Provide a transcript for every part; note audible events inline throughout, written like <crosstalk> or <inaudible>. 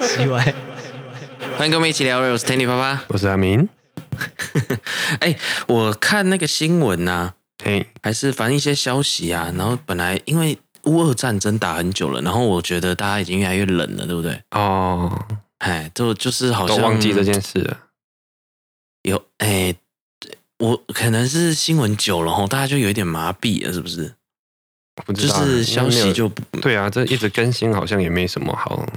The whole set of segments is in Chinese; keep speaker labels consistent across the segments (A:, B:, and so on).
A: 奇怪，
B: 欢迎跟我们一起聊，我是 Tandy 啪啪。
C: 我是阿明。
B: 哎、我看那个新闻呐、
C: 嘿，
B: 还是反正一些消息啊，然后本来因为乌俄战争打很久了，然后我觉得大家已经越来越冷了，对不对？
C: 哦，
B: 哎，就就是好
C: 都
B: 像
C: 忘记这件事了。
B: 有哎，我可能是新闻久了吼，大家就有一点麻痹了，是不是？
C: 不
B: 就
C: 知道啊
B: 是消
C: 因为没
B: 息
C: 有
B: 就不
C: 对啊，这一直更新好像也没什么好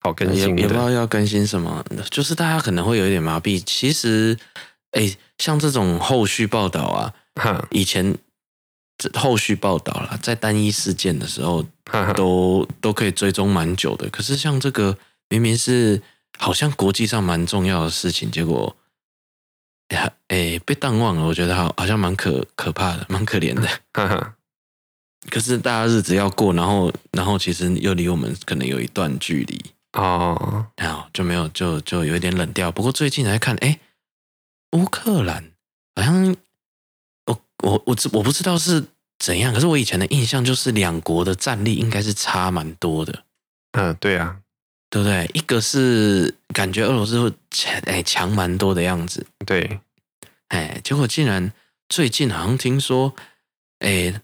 C: 好更
B: 也
C: 新
B: 也不知
C: 的。
B: 道要更新什么，就是大家可能会有一点麻痹。其实，哎，像这种后续报道啊，
C: 哈
B: 以前这后续报道啦，在单一事件的时候，
C: 哈哈，
B: 都都可以追踪蛮久的。可是像这个明明是好像国际上蛮重要的事情，结果哎呀哎被淡忘了，我觉得好好像蛮可可怕的， <laughs> 蛮可怜的。
C: 哈哈，
B: 可是大家日子要过，然后然后其实又离我们可能有一段距离，
C: 哦，
B: 然后就没有就就有一点冷掉。不过最近来看，哎，乌克兰好像我我我知我不知道是怎样，可是我以前的印象就是两国的战力应该是差蛮多的。
C: 嗯，对啊，
B: 对不对？一个是感觉俄罗斯会强哎强蛮多的样子，
C: 对，
B: 哎，结果竟然最近好像听说，哎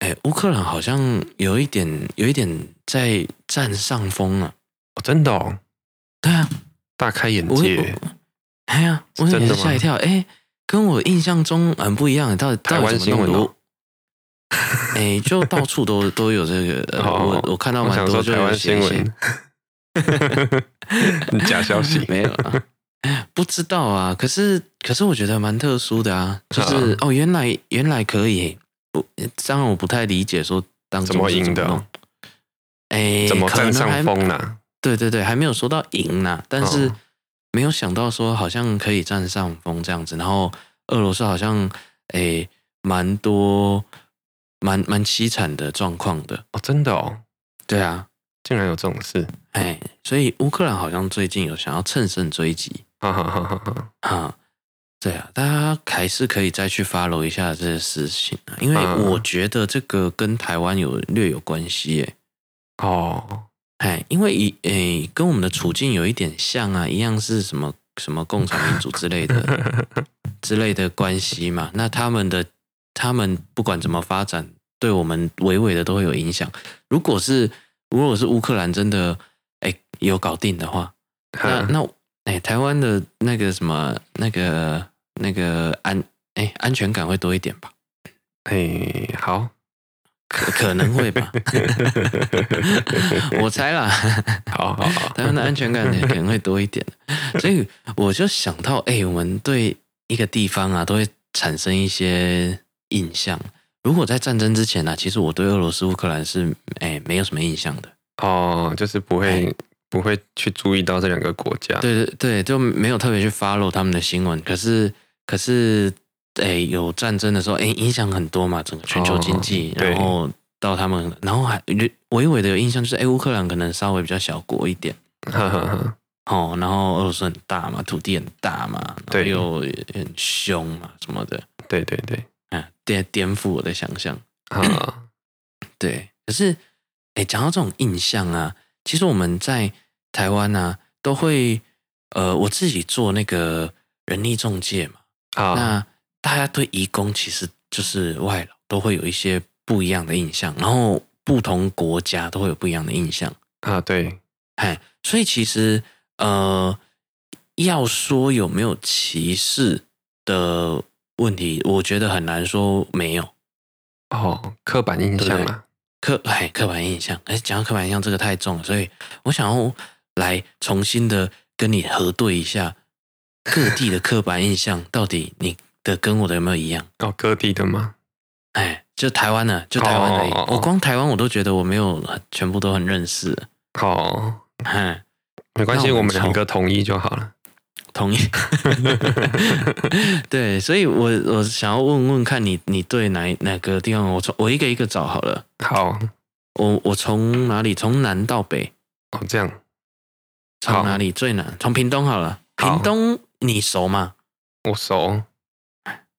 B: 哎，乌克兰好像有一点有一点在占上风了、啊。
C: 哦真的哦，
B: 对啊，
C: 大开眼
B: 我
C: 界。
B: 我哎呀，
C: 是
B: 我也
C: 真
B: 是
C: 的吗
B: 吓一跳，哎，跟我印象中很不一样，到底到
C: 台
B: 底
C: 湾
B: 怎么弄
C: 新
B: 的？
C: 闻
B: <laughs> 我
C: 哦
B: 哎，就到处都都有这个，呃
C: <laughs> 哦
B: 我我看到
C: 我
B: 蛮
C: 想
B: 多
C: 说
B: 就
C: 台
B: 有
C: 湾
B: 写
C: 新
B: 一些
C: 闻， <laughs> 假消息
B: <laughs> 没有啦，不知道啊。可是可是我觉得蛮特殊的啊，就是、
C: 啊
B: 哦，原来原来可以。我当然我不太理解说当中
C: 怎么
B: 是
C: 赢的
B: 弄
C: 哦，
B: 哎，
C: 怎么
B: 可
C: 占
B: 能
C: 上
B: 还
C: 风呢？
B: 对对对，还没有说到赢啦，但是
C: 哦
B: 没有想到说好像可以占上风这样子。然后俄罗斯好像哎蛮多蛮蛮凄惨的状况的，
C: 哦，真的哦，
B: 对啊，
C: 竟然有这种事，
B: 哎，所以乌克兰好像最近有想要乘胜追击。
C: 哈哈哈哈哈！
B: 啊，对啊，大家还是可以再去 follow 一下这些事情啊，因为
C: 嗯
B: 我觉得这个跟台湾有略有关系耶。 <laughs>
C: 哦，
B: 哎，因为以诶、跟我们的处境有一点像啊，一样是什么什么共产民主之类
C: <laughs>
B: 的之类的关系嘛。那他们的他们不管怎么发展，对我们微微的都会有影响。如果是如果是乌克兰真的哎、有搞定的话，那
C: 哈
B: 那哎、台湾的那个什么那个那个安哎、安全感会多一点吧？
C: <laughs> 嘿，好，
B: 可可能会吧， <laughs> 我猜啦，
C: 好好好，
B: <laughs> 台湾的安全感可能会多一 <laughs> 点，所以我就想到，哎、我们对一个地方啊，都会产生一些印象。如果在战争之前呢、啊，其实我对俄罗斯、乌克兰是哎、没有什么印象的，
C: 哦，就是不会不会去注意到这两个国家。
B: 哎对对对，就没有特别去 follow 他们的新闻。可是可是，哎，有战争的时候，哎，影响很多嘛，整个全球经济，
C: 哦对
B: 然后到他们，然后还微微的有印象就是，哎，乌克兰可能稍微比较小国一点。
C: 哈哈哈，
B: 哦，然后俄罗斯很大嘛，土地很大嘛，然后
C: 对
B: 又很凶嘛，什么的，
C: 对对对，
B: 啊，颠颠覆我的想象。
C: 啊，
B: 对，可是，哎，讲到这种印象啊，其实我们在台湾啊，都会，呃，我自己做那个人力中介嘛，
C: 啊，
B: 那大家对移工其实就是外劳都会有一些不一样的印象，然后不同国家都会有不一样的印象，
C: 啊，对，
B: 哎，所以其实呃，要说有没有歧视的问题，我觉得很难说没有。
C: 哦，刻板印象啊，
B: 刻哎刻板印象，哎，讲到刻板印象这个太重了，所以我想要来重新的跟你核对一下各地的刻板印象到底你的跟我的有没有一样？
C: 哦，各地的吗？
B: 哎，就台湾呢，就台湾而已。
C: 哦哦哦
B: 我光台湾我都觉得我没有全部都很认识了，
C: 哦，
B: 哎，
C: 没关系，
B: 那我
C: 我
B: 们
C: 们两个统一就好了。
B: 同意。 <laughs> 对，所以我我想要问问看你，你对哪哪个地方？我从我一个一个找好了。
C: 好，
B: 我我从哪里？从南到北，
C: 哦，这样
B: 从
C: 好
B: 哪里最南？从屏东好了。
C: 好
B: 屏东你熟吗？
C: 我熟，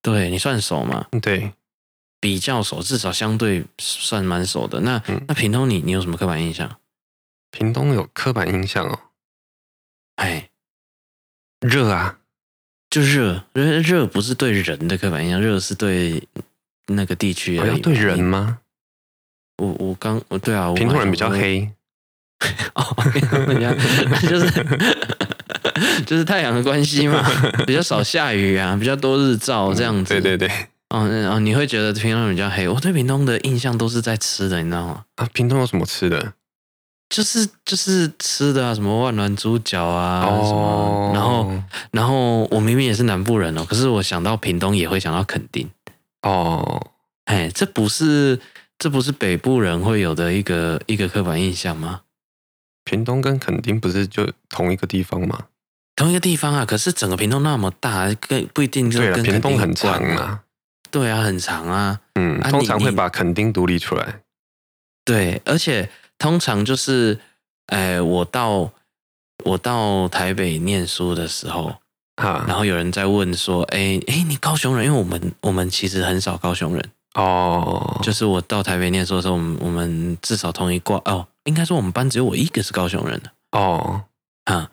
B: 对你算熟吗？
C: 对，
B: 比较熟，至少相对算蛮熟的。那、
C: 嗯
B: 那屏东你你有什么刻板印象？
C: 屏东有刻板印象哦，
B: 哎，
C: 热啊，
B: 就热热热不是对人的刻板印象，热是对那个地区
C: 好
B: 而已
C: 像
B: 嘛。
C: 对人吗？
B: 我我刚我对啊，我
C: 屏东
B: 本来
C: 人比较
B: 想说
C: 黑，
B: 哦，人家就是就是太阳的关系嘛，比较少下雨啊，比较多日照这样子。
C: 嗯对对对，
B: 哦，嗯哦，你会觉得屏东人比较黑？我对屏东的印象都是在吃的，你知道吗？
C: 啊，屏东有什么吃的？
B: 就是就是吃的啊，什么万峦猪脚啊，什么
C: 哦，，
B: 然后然后我明明也是南部人哦，可是我想到屏东也会想到垦丁，
C: 哦，
B: 哎，这不是这不是北部人会有的一个一个刻板印象吗？
C: 屏东跟垦丁不是就同一个地方吗？
B: 同一个地方啊，可是整个屏东那么大，跟不一定就
C: 对了，啊
B: 跟
C: 屏东
B: 垦丁
C: 很
B: 有
C: 长
B: 关啊。
C: 啊，
B: 对啊，很长啊，
C: 嗯，
B: 啊
C: 通
B: 你
C: 常会
B: 你
C: 把垦丁独立出来。
B: 对，而且通常就是，哎，我到我到台北念书的时候，然
C: 哈，
B: 后有人在问说，哎哎，你高雄人？因为我们我们其实很少高雄人，
C: 哦，
B: 就是我到台北念书的时候，我们我们至少同一挂哦，应该说我们班只有我一个是高雄人的
C: 哦，
B: 啊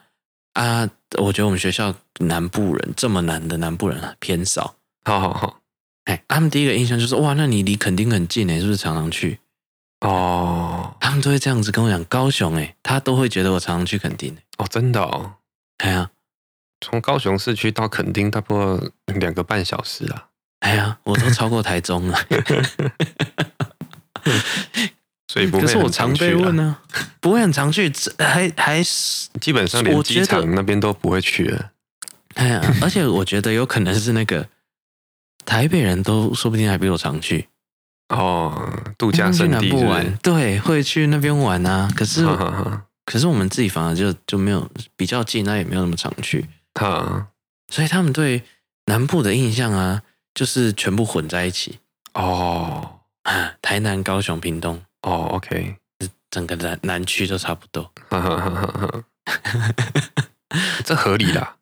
B: 啊，我觉得我们学校南部人这么难的南部人啊偏少。
C: 好好好，
B: 哎，他们第一个印象就是哇，那你离垦丁很近哎，是不是常常去？
C: 哦，
B: 他们都会这样子跟我讲高雄哎，他都会觉得我常常去垦丁哎。
C: 哦，真的哦，
B: 哎呀，
C: 从高雄市区到垦丁大概两个半小时啊，
B: 哎呀，我都超过台中
C: <laughs>
B: 了。
C: 所以不
B: 嗯可
C: 会
B: 是我
C: 很常
B: 常被
C: 去啊啦
B: 问呢、不会很常去，这还还是
C: 基本上连
B: 我觉
C: 机
B: 得
C: 场那边都不会去啊了。
B: 哎呀，而且我觉得有可能是那个台北人都说不定还比我常去
C: 哦，度
B: 他
C: 假
B: 们去
C: 胜
B: 南
C: 地
B: 部
C: 是不
B: 玩
C: 是，
B: 对，会去那边玩啊。可
C: <laughs>
B: 是
C: 哈哈
B: 可是我们自己反而就就没有比较近，那也没有那么常去。
C: 哈，哈
B: 所以他们对南部的印象啊，就是全部混在一起
C: 哦
B: 啊，台南、高雄、屏东，
C: 哦，OK，
B: 整个南南区都差不多， <laughs>
C: 哈哈哈哈哈，这合理啦。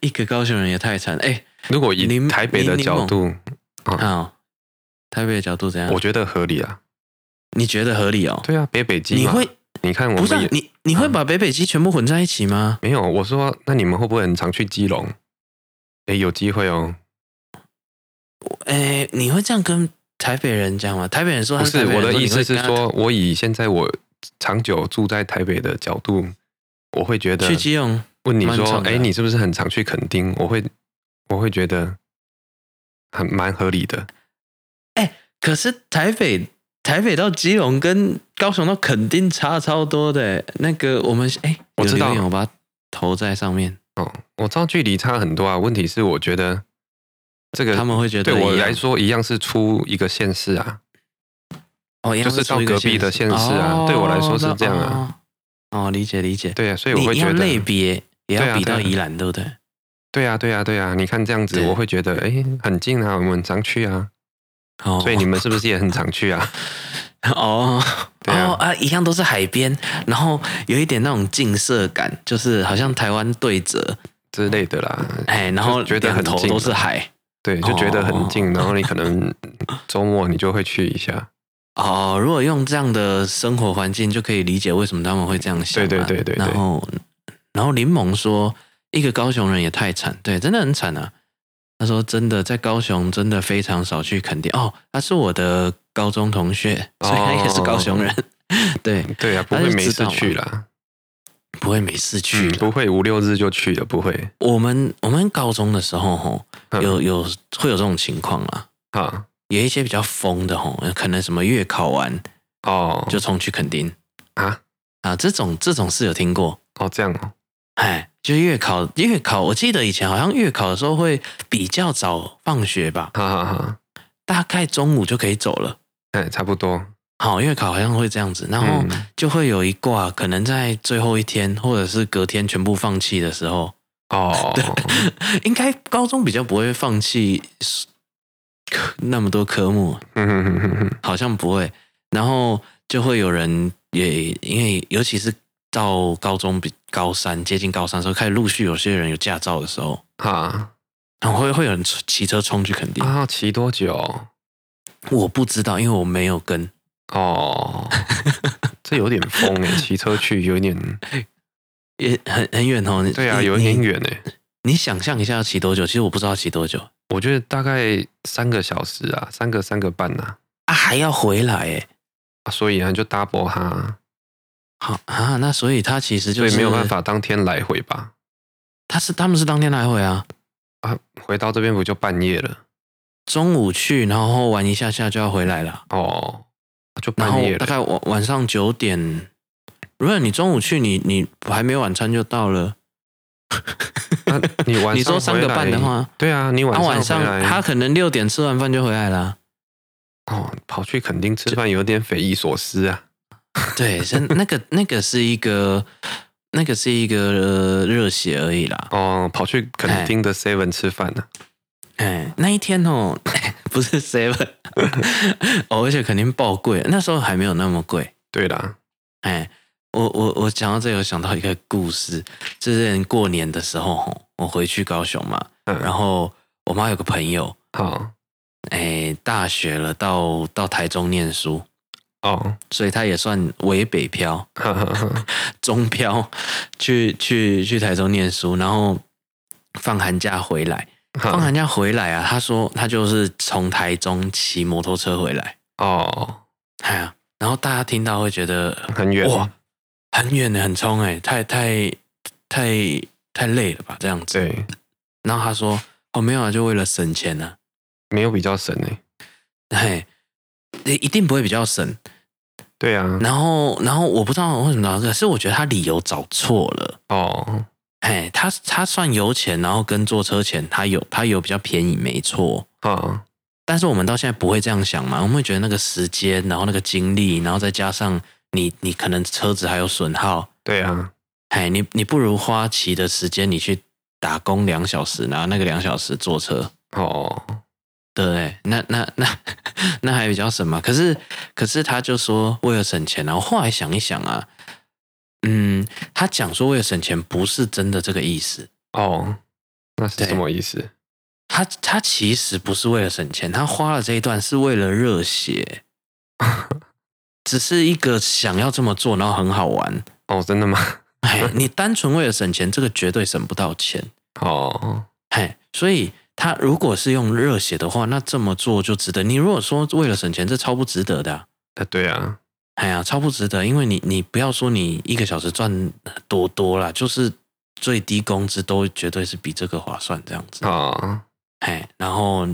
B: 一个高雄人也太惨哎、
C: 如果以
B: 柠
C: 台北的
B: 柠柠
C: 角
B: 檬
C: 度，
B: 啊、台北的角度怎样
C: 嗯我？觉得合理啦。
B: 你觉得合理哦？
C: 对啊，北北基
B: 你
C: 嘛，
B: 会
C: 你看我
B: 不是啊、
C: 们也嗯
B: 你你会把北北基全部混在一起吗？
C: 没有，我说那你们会不会很常去基隆？哎，有机会哦。
B: 哎、你会这样跟台北人讲吗？台北人说他
C: 呃不
B: 台
C: 是
B: 北人
C: 我的意思是，
B: 你会
C: 说，我以现在我长久住在台北的角度，我会觉
B: 跟
C: 得
B: 他去基隆
C: 问你
B: 蛮
C: 说，
B: 长的
C: 哎、你是不是很常去垦丁？我会我会觉得很蛮合理的。
B: 可是台北台北到基隆跟高雄到垦丁差超多的欸。那个我们哎、
C: 我
B: 有
C: 知道
B: 留言我把它投在上面，
C: 我知道距离差很多啊，问题是我觉得这个
B: 他们会觉得
C: 对我
B: 一样
C: 来说一样是出一个县市啊。
B: 哦，一样
C: 就是到
B: 出一个
C: 隔壁的县市啊
B: 哦
C: 对我来说是这样
B: 哦
C: 啊。
B: 哦，理解理解。
C: 对啊，所以我
B: 你
C: 会
B: 你
C: 觉
B: 要类
C: 得，
B: 别也
C: 对
B: 要
C: 啊
B: 比到
C: 对啊
B: 宜兰，对不对？
C: 对啊，对啊，对啊。你看这样子，
B: 对
C: 我会觉得，哎、很近啊，我们很常去啊。
B: 哦，
C: <laughs> 所以你们是不是也很常去啊？
B: <laughs> 哦
C: 对啊
B: 哦啊，一样都是海边，然后有一点那种近色感，就是好像台湾对折，
C: 之类的啦。
B: 哎，然后
C: 就觉得
B: 两
C: 很
B: 头
C: 近
B: 都是
C: 啊
B: 海。
C: 对，就觉得很近，然后你可能周末你就会去一下。
B: 哦，如果用这样的生活环境，就可以理解为什么他们会这样想嘛。
C: 对对对对对
B: 然后，然后林萌说，一个高雄人也太惨，对，真的很惨啊。他说真的，在高雄真的非常少去垦丁。哦，他是我的高中同学，所以他也是高雄人。
C: 哦
B: <laughs> 对，
C: 对啊，不
B: 那就
C: 会没
B: 知道嘛
C: 事去啦，
B: 不会没事去
C: 嗯
B: 的。
C: 不会五六日就去了，不会
B: 我们我们高中的时候吼，
C: 嗯
B: 有有会有这种情况啦。
C: 啊。
B: 有一些比较疯的吼，可能什么月考完
C: 哦，
B: 就冲去垦丁
C: 啊
B: 啊，这种这种事有听过。
C: 哦这样哦，
B: 哎，就月考，月考，我记得以前好像月考的时候会比较早放学吧，
C: 哈哈哈，
B: 大概中午就可以走了。
C: 哎，差不多。
B: 哦好，月考好像会这样子，然后
C: 嗯
B: 就会有一挂，可能在最后一天或者是隔天全部放弃的时候， <laughs>
C: 哦，
B: 应该高中比较不会放弃科那么多科目，
C: 嗯哼哼哼哼
B: 好像不会。然后就会有人也因为尤其是到高中比高三接近高三的时候，开始陆续有些人有驾照的时候，
C: 哈
B: 然后会会有人出骑车冲去垦丁，
C: 啊，骑多久？
B: <laughs> 我不知道，因为我没有跟。
C: 哦，这有点疯哎、骑车去有点，
B: 也很很远哦。你
C: 对啊，
B: 你
C: 有一点远哎、
B: 你。你想象一下要骑多久？其实我不知道要骑多久
C: 我觉得大概三个小时啊，三个三个半啊，
B: 啊，还要回来哎。
C: 啊所以啊就 double 哈、
B: 好啊，那所以他其实就
C: 所以
B: 是
C: 没有办，法当天来回吧？
B: 他是他们是当天来回啊，
C: 啊，回到这边不就半夜了？
B: 中午去，然后玩一下下就要回来了，
C: 哦，就
B: 然
C: 半
B: 后
C: 夜
B: 大
C: 了。
B: 概晚晚上九点，如果你中午去，你你还没晚餐就到了，
C: 那
B: <laughs>
C: 你晚上
B: 你说三个半的
C: 回来，
B: 话，
C: 对啊，你晚
B: 他
C: 上
B: 晚上
C: 回来
B: 他可能六点吃完饭就回来了啊，
C: 哦，跑去垦丁吃饭有点匪夷所思啊。
B: 对，是那个那个是一个那个是一个呃热血而已啦，
C: 哦，跑去垦丁的 Seven 吃饭啊呢、
B: 哎，那一天哦， <laughs> 不是 seven，哦，而且肯定爆贵，那时候还没有那么贵。
C: 对啦，
B: 哎，我我我讲到这个，我想到一个故事，就是之前过年的时候，吼我回去高雄嘛，
C: 嗯
B: 然后我妈有个朋友，
C: 好
B: 哎，大学了到到台中念书，
C: 哦，
B: 所以她也算伪北漂、
C: 哈哈哈，
B: 中漂，去 <laughs> 去去台中念书，然后放寒假回来，放
C: 哈
B: 寒假回来啊，她说她就是从台中骑摩托车回来，
C: 哦，
B: 哎呀，然后大家听到会觉得
C: 很远
B: 哇，很远的，很冲哎、太太太太累了吧这样子。
C: 对，
B: 然后他说：“哦，没有啊，就为了省钱呢、
C: 没有比较省哎、
B: 啊。”嘿，一定不会比较省。
C: 对啊，
B: 然后，然后我不知道为什么，可是我觉得他理由找错了。
C: 哦，
B: 嘿，哎他他算油钱，然后跟坐车钱，他有他有比较便宜，没错。
C: 哈，
B: 但是我们到现在不会这样想嘛，我们会觉得那个时间，然后那个精力，然后再加上你你可能车子还有损耗，
C: 对啊，
B: 哎，你你不如花骑的时间，你去打工两小时，然后那个两小时坐车，
C: 哦，
B: 对不对？那那那 <laughs> 那还比较省嘛。可是可是他就说为了省钱啊，然后后来想一想啊，嗯，他讲说为了省钱不是真的这个意思，
C: 哦，那是
B: 对
C: 什么意思？
B: 他他其实不是为了省钱，他花了这一段是为了热血，只是一个想要这么做，然后很好玩。
C: 哦，真的吗？
B: 哎，你单纯为了省钱，这个绝对省不到钱。
C: 哦，
B: 嘿，所以他如果是用热血的话，那这么做就值得。你如果说为了省钱，这超不值得的啊、
C: 啊，对啊，
B: 哎呀，超不值得，因为你你不要说你一个小时赚多多啦，就是最低工资都绝对是比这个划算这样子。
C: 哦，
B: 哎，然后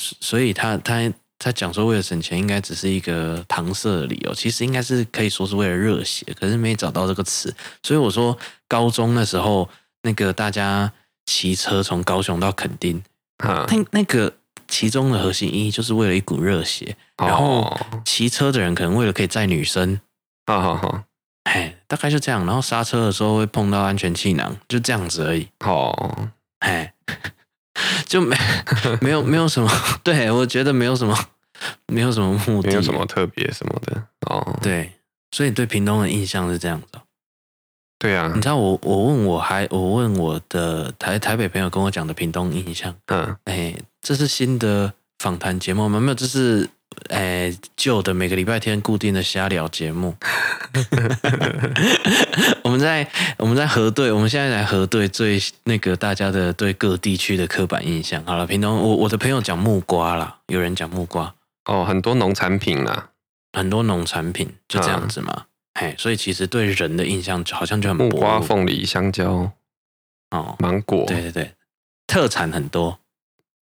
B: 所所以他他他讲说为了省钱，应该只是一个搪塞的理由，其实应该是可以说是为了热血，可是没找到这个词，所以我说高中那时候那个大家骑车从高雄到垦丁。
C: 哈，
B: 那那个其中的核心意义就是为了一股热血，然后
C: 哦
B: 骑车的人可能为了可以载女生，
C: 好好好，
B: 哎，大概就这样。然后刹车的时候会碰到安全气囊，就这样子而已，
C: 好，
B: 哎，就没没有没有什么，对我觉得没有什么没有什么目的，
C: 没有什么特别什么的，哦，
B: 对。所以对屏东的印象是这样子哦、
C: 对啊
B: 你，知道我我问我还我问我的台台北朋友跟我讲的屏东印象，
C: 嗯，
B: 哎，这是新的访谈节目吗？没有，这是哎旧的每个礼拜天固定的瞎聊节
C: <laughs>
B: 目。 <laughs> 我们在我们在核对，我们现在来核对最那个大家的对各地区的刻板印象。好了，平东，我我的朋友讲木瓜啦，有人讲木瓜，
C: 哦，很多农产品啦，
B: 很多农产品就这样子嘛。哎，所以其实对人的印象就好像就很
C: 嗯木
B: 薄
C: 瓜、
B: 弱
C: 凤梨、香蕉、
B: 哦，
C: 芒果，
B: 对对对，特产很多。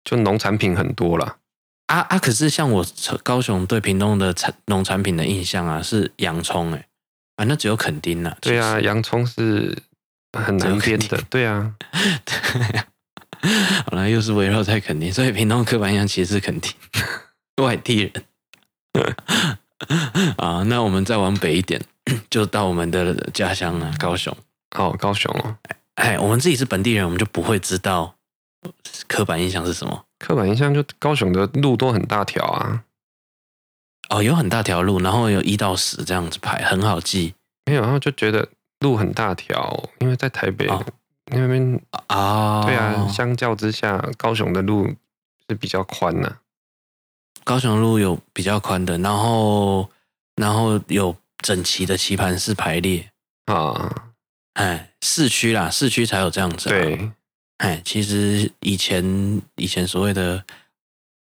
C: 就农产品很多啦。
B: 啊啊！可是像我高雄对屏东的产农产品的印象啊，是洋葱哎、啊，那只有垦丁啦。
C: 对啊，洋葱是很难
B: 这个
C: 编的，对啊，
B: 其实， <laughs> 好了，又是围绕在垦丁，所以屏东刻板印象其实是垦丁 <laughs> 外地人。 <laughs> 啊，那我们再往北一点，就到我们的家乡了、高雄。
C: 哦，高雄哦，
B: 哎，我们自己是本地人，我们就不会知道刻板印象是什么。
C: 刻板印象就高雄的路都很大条啊，
B: 哦，有很大条路，然后有一到十这样子排，很好记。
C: 没有，然后就觉得路很大条，因为在台北
B: 哦
C: 那边，
B: 啊，
C: 对啊，相较之下，高雄的路是比较宽呐，
B: 高雄路有比较宽的，然后然后有整齐的棋盘式排列。
C: 啊，
B: 哎，市区啦，市区才有这样子、啊。，
C: 对，
B: 哎，其实以前以前所谓的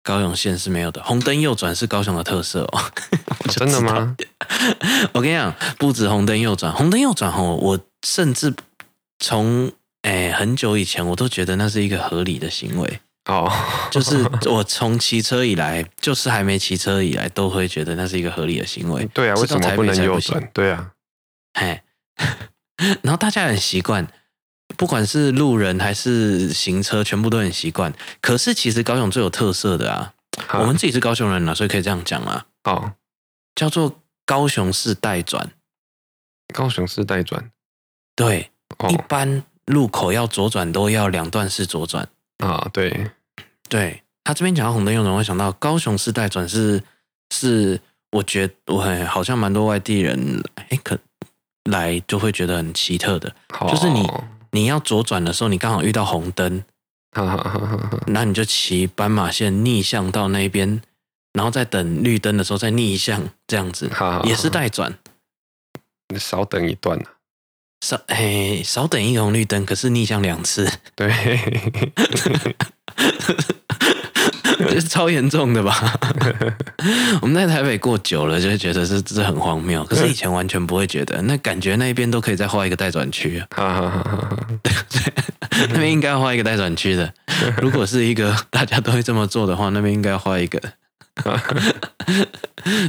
B: 高雄县是没有的，红灯右转是高雄的特色哦。 <laughs> 我就
C: 真的
B: 知道？
C: 吗？
B: 我跟你讲，不止红灯右转，红灯右转哦，我甚至从哎很久以前我都觉得那是一个合理的行为，
C: 哦，
B: 就是我从骑车以来，就是还没骑车以来，都会觉得那是一个合理的行为。
C: <laughs> 对啊，
B: 知
C: 为
B: 道
C: 什么
B: 台
C: 不
B: 北
C: 能
B: 才
C: 右
B: 行
C: 转？对啊，
B: 哎， <laughs> 然后大家很习惯，不管是路人还是行车，全部都很习惯。可是其实高雄最有特色的啊，
C: 啊
B: 我们自己是高雄人啦，所以可以这样讲啦，
C: 哦，
B: 叫做高雄市待转。
C: 高雄市待转
B: 对，
C: 哦
B: 一般路口要左转都要两段式左转。
C: 啊，对，
B: 对他这边讲到红灯右转，我会想到高雄市待转是是，我觉得我很好像蛮多外地人哎可来就会觉得很奇特的。就是你
C: 哦
B: 你要左转的时候，你刚好遇到红灯，
C: 哈哈哈哈哈，
B: 那你就骑斑马线逆向到那边，然后再等绿灯的时候再逆向，这样子
C: 好
B: 也是待转。
C: 少等一段啊
B: 少嘿，少等一个红绿灯，可是逆向两次， <laughs>
C: 对，
B: 这是超严重的吧？我们在台北过久了，就会觉得这这很荒谬。可是以前完全不会觉得，那感觉那边都可以再画一个待转区
C: <laughs>
B: 啊，
C: 哈哈哈哈哈，
B: 那边应该要画一个待转区的。如果是一个大家都会这么做的话，那边应该要画一个。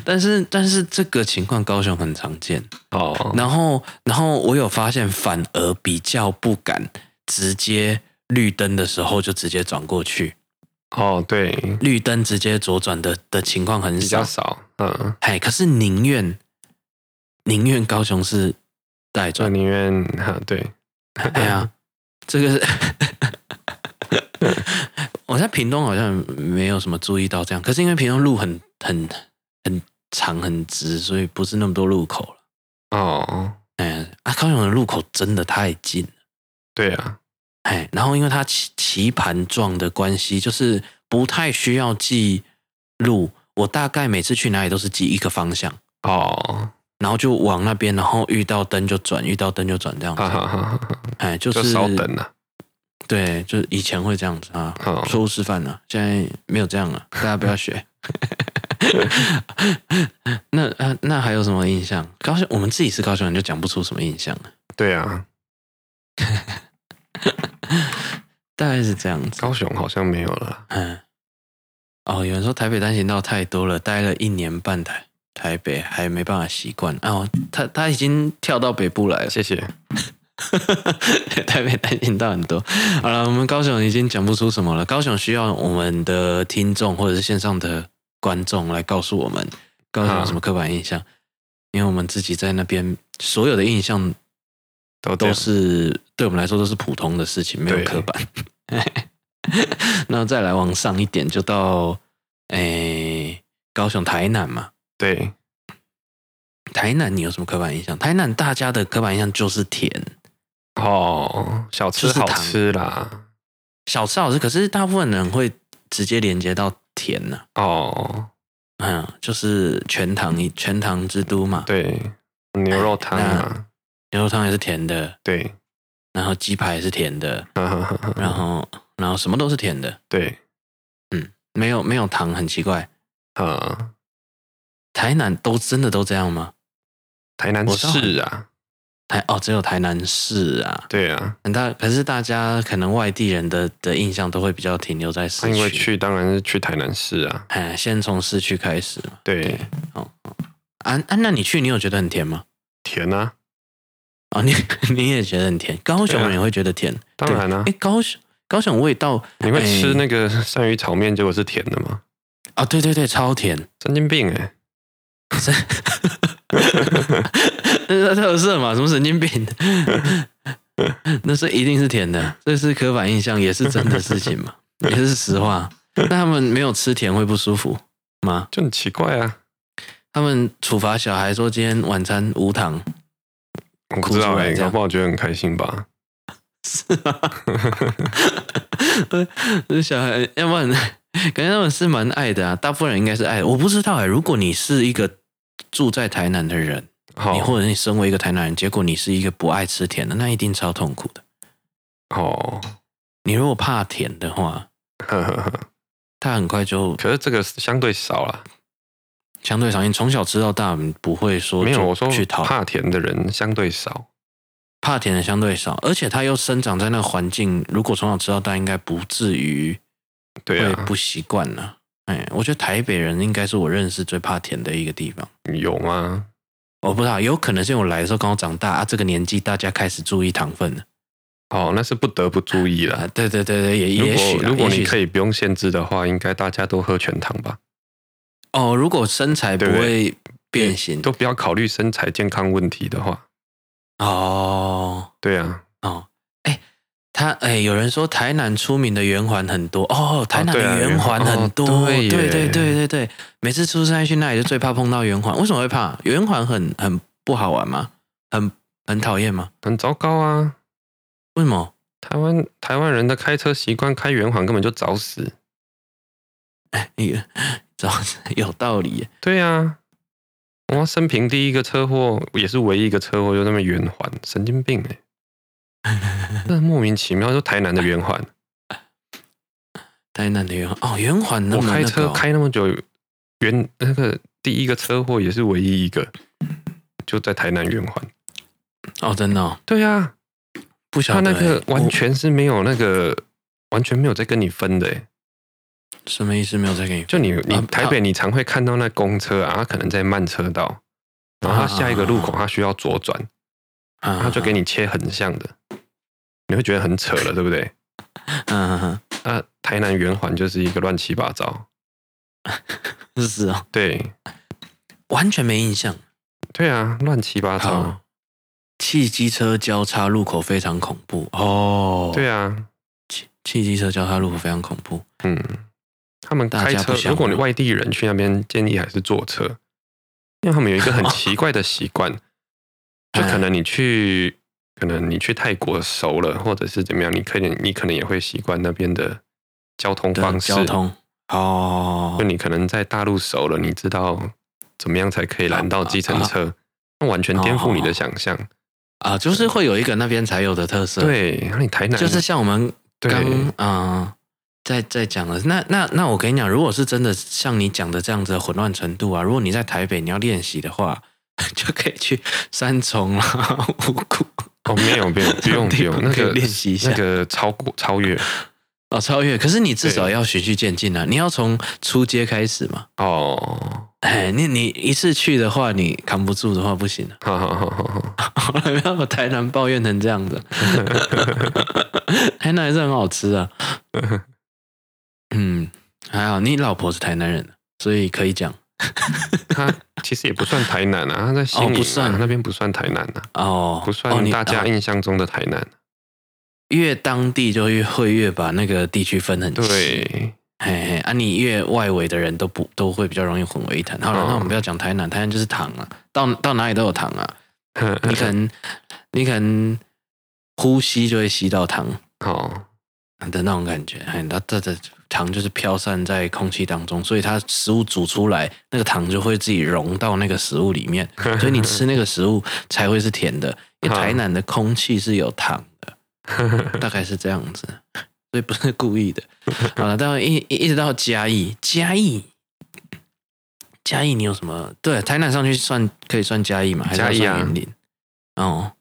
B: 但是但是这个情况高雄很常见。
C: 哦，
B: 然后，然后我有发现，反而比较不敢直接绿灯的时候就直接转过去，
C: 哦，对，
B: 绿灯直接左转的的情况很
C: 比较
B: 少。
C: 少，嗯，
B: 哎，可是宁愿宁愿高雄市带
C: 就
B: 转，
C: 宁愿哈，对，
B: 哎呀，这个是 <laughs> 我在屏东好像没有什么注意到这样，可是因为屏东路很很很长很直，所以不是那么多路口了。
C: 哦，
B: 哎啊，高雄的路口真的太近了。
C: 对啊，
B: 哎，然后因为它棋棋盘状的关系，就是不太需要记路。我大概每次去哪里都是记一个方向，
C: 哦， <laughs>
B: 然后就往那边，然后遇到灯就转，遇到灯就转这样子。
C: 哈啊哈哈哈哈，
B: 哎，就
C: 就是少等啊哦了，
B: 对，就是以前会这样子啊，
C: 好，
B: 错误示范了、现在没有这样了，大家不要学。 <laughs> 那啊，那还有什么印象？高雄，我们自己是高雄人，就讲不出什么印象了，
C: 对啊，
B: 大概是这样子。
C: 高雄好像没有了，
B: 嗯，哦，有人说台北单行道太多了，待了一年半台台北还没办法习惯。哦，他他已经跳到北部来了，<laughs>
C: 哎谢谢，
B: 台北单行道很多。好了，我们高雄已经讲不出什么了，高雄需要我们的听众或者是线上的观众来告诉我们高雄有什么刻板印象，因为我们自己在那边所有的印象
C: 都这
B: 都
C: 样
B: 是对我们来说都是普通的事情，没有
C: 对
B: 刻板。 <laughs> 那再来往上一点，就到诶、高雄台南嘛。
C: 对，
B: 台南你有什么刻板印象？台南大家的刻板印象就是甜，
C: 哦，小吃
B: 就是
C: 好
B: 糖
C: 吃啦，
B: 小吃好吃，可是大部分人会直接连接到甜呢、
C: 哦，
B: 嗯，就是全糖全糖之都嘛，
C: 对，牛肉汤啊，
B: 牛肉汤也是甜的，
C: 对，
B: 然后鸡排也是甜的，
C: 哈哈哈哈
B: 然后然后什么都是甜的，
C: 对，
B: 没有没有糖很奇怪。
C: 啊，
B: 台南都真的都这样吗？
C: 台南
B: 我知道
C: 市啊，
B: 台哦，只有台南市啊，
C: 对啊，
B: 很大。可是大家可能外地人的的印象都会比较停留在市
C: 啊因为
B: 区，
C: 去当然是去台南市啊，
B: 哎，先从市区开始嘛。
C: 对，
B: 啊啊，那你去，你有觉得很甜吗？
C: 甜啊，
B: 哦，你 <laughs> 你也觉得很甜，高雄
C: 对啊
B: 人也会觉得甜，
C: 当然啊
B: 哎，，高雄高雄味道，
C: 你会吃
B: 哎
C: 那个鳝鱼炒面，结果是甜的吗？
B: 啊？对对对，超甜， <laughs>
C: 神经病哎、
B: 那是特色嘛，什么神经病？ <laughs> 那是一定是甜的，这是刻板印象，也是真的事情嘛，也是实话。那他们没有吃甜会不舒服吗？
C: 就很奇怪啊，
B: 他们处罚小孩说今天晚餐无糖，
C: 我不知道
B: 哭出来
C: 哎、
B: 这样
C: 搞不好觉得很开心吧？
B: 这啊 <laughs> 小孩要不然感觉他们是欸蛮爱的啊，大部分人应该是爱的。我不知道哎、如果你是一个住在台南的人，
C: 好
B: 你或者你身为一个台南人，结果你是一个不爱吃甜的，那一定超痛苦的。
C: <laughs> 哦，
B: 你如果怕甜的话，
C: 呵呵呵。
B: 它很快就
C: 可是这个相对少了，
B: 相对少。你从小吃到大，你不会说
C: 没有
B: 就
C: 我说
B: 去讨
C: 怕甜的人相对少，
B: 怕甜的相对少，而且它又生长在那个环境，如果从小吃到大，应该不至于
C: 对
B: 会
C: 啊，
B: 不习惯了。哎，我觉得台北人应该是我认识最怕甜的一个地方。
C: 有吗？
B: 我不知道，有可能是因为我来的时候刚好长大啊，这个年纪大家开始注意糖分了
C: 哦，那是不得不注意
B: 啊
C: 了。。
B: 对对对对，也
C: 如
B: 呃也许
C: 果
B: 啦
C: 如果
B: 也许
C: 你
B: 是
C: 可以不用限制的话，应该大家都喝全糖吧，
B: 哦，如果身材不
C: 对不对
B: 会变形，
C: 都不要考虑身材健康问题的话，
B: 哦
C: 对啊，
B: 哦，哎，他哎，有人说台南出名的圆环很多哦，台南
C: 对啊
B: 的圆环很多，
C: 圆环哦对
B: 对
C: 耶
B: 对对对对，每次出差去那里就最怕碰到圆环，为什么会怕？圆环很很不好玩吗？很很讨厌吗？
C: 很糟糕啊！
B: 为什么？
C: 台湾台湾人的开车习惯开圆环根本就找死，
B: 哎，你这样子有道理耶，
C: 对啊，我生平第一个车祸也是唯一一个车祸，就那么圆环，神经病
B: <laughs>
C: 哎、欸！这莫名其妙，就台南的圆环，
B: 台南的圆环哦，圆环 <laughs> 那
C: 我
B: 么
C: 开
B: 那个
C: 车
B: 哦
C: 开那么久，原那个第一个车祸也是唯一一个，就在台南圆环。
B: 哦，真的哦
C: 对啊，
B: 不晓
C: 他
B: 得
C: 那
B: 耶，
C: 个完
B: 我
C: 全是没有那个，完全没有在跟你分的欸。
B: 什么意思？没有再给你
C: 就你你
B: 啊
C: 台北，你常会看到那公车啊，他可能在慢车道，然后他下一个路口
B: 啊
C: 他需要左转，
B: 啊，
C: 他就给
B: 你，
C: 你切横向的，你会觉得很扯
B: <laughs>
C: 了，对不对？
B: 嗯嗯嗯
C: 啊，台南圆环就是一个乱七八糟。
B: 嗯，是啊，
C: 对
B: 完全没印象。
C: 对啊，乱七八糟。
B: 好，汽机车交叉路口非常恐怖哦。
C: 对啊，
B: 汽汽机车交叉路口非常恐怖。
C: 嗯，他们
B: 大
C: 开
B: 家
C: 车
B: 不，想
C: 如果你
B: 吗
C: 外地人去那边，建议还是坐车，因为他们有一个很奇怪的习
B: <laughs>
C: 惯，就可能你去，可能你去泰国熟了，或者是怎么样，你可能你可能也会习惯那边的交通
B: 对
C: 方式，
B: 交通
C: 就
B: 哦，
C: 你可能在大陆熟了，你知道怎么样才可以拦到计程车，那完全颠覆你的想象。
B: 啊，就是会有一个那边才有的特色。，
C: 对，然后你台南
B: 就是像我们
C: 对
B: 刚嗯、呃在在讲的，那那那我跟你讲，如果是真的像你讲的这样子的混乱程度啊，如果你在台北你要练习的话， <laughs> 就可以去三重啦、五谷
C: 哦，没有
B: <laughs>
C: 没有，不用不
B: 地
C: 用，
B: 方
C: 那
B: 可以
C: 个
B: 练习一下
C: 那个超过超越
B: <laughs> 哦超越。可是你至少
C: 对
B: 要循序渐进啊，你要从初阶开始嘛。
C: 哦，
B: 哎，你你一次去的话，你扛不住的话不行啊！ <laughs>
C: 好好好好好。
B: 好了，不要把台南抱怨成这样子。 <laughs> 台南还是很好吃
C: <laughs>
B: 啊。嗯，还好你老婆是台南人，所以可以讲
C: 他其实也不算台南啊，他在新营、啊
B: 哦不算
C: 那边不算台南啊，
B: 哦。
C: 不
B: 哦
C: 算
B: 你
C: 大家
B: 哦
C: 印象中的台南。啊
B: 越当地就越会越把那个地区分很细。，
C: 对，
B: 嘿嘿啊，你越外围的人都不都会比较容易混为一谈。好了，
C: 哦
B: 那我们不要讲台南，台南就是糖啊，到到哪里都有糖啊。
C: <laughs>
B: 你可能你可能呼吸就会吸到糖。
C: 好，
B: 的那种感觉，哎，它它的糖就是飘散在空气当中，所以它食物煮出来，那个糖就会自己融到那个食物里面，所以你吃那个食物才会是甜的。因为
C: 好
B: 台南的空气是有糖的，大概是这样子，所以不是故意的。好了，到一一一直到嘉义，嘉义，嘉义，你有什么？对，台南上去算可以算嘉义嘛？还是要
C: 嘉义啊
B: 算云林？哦，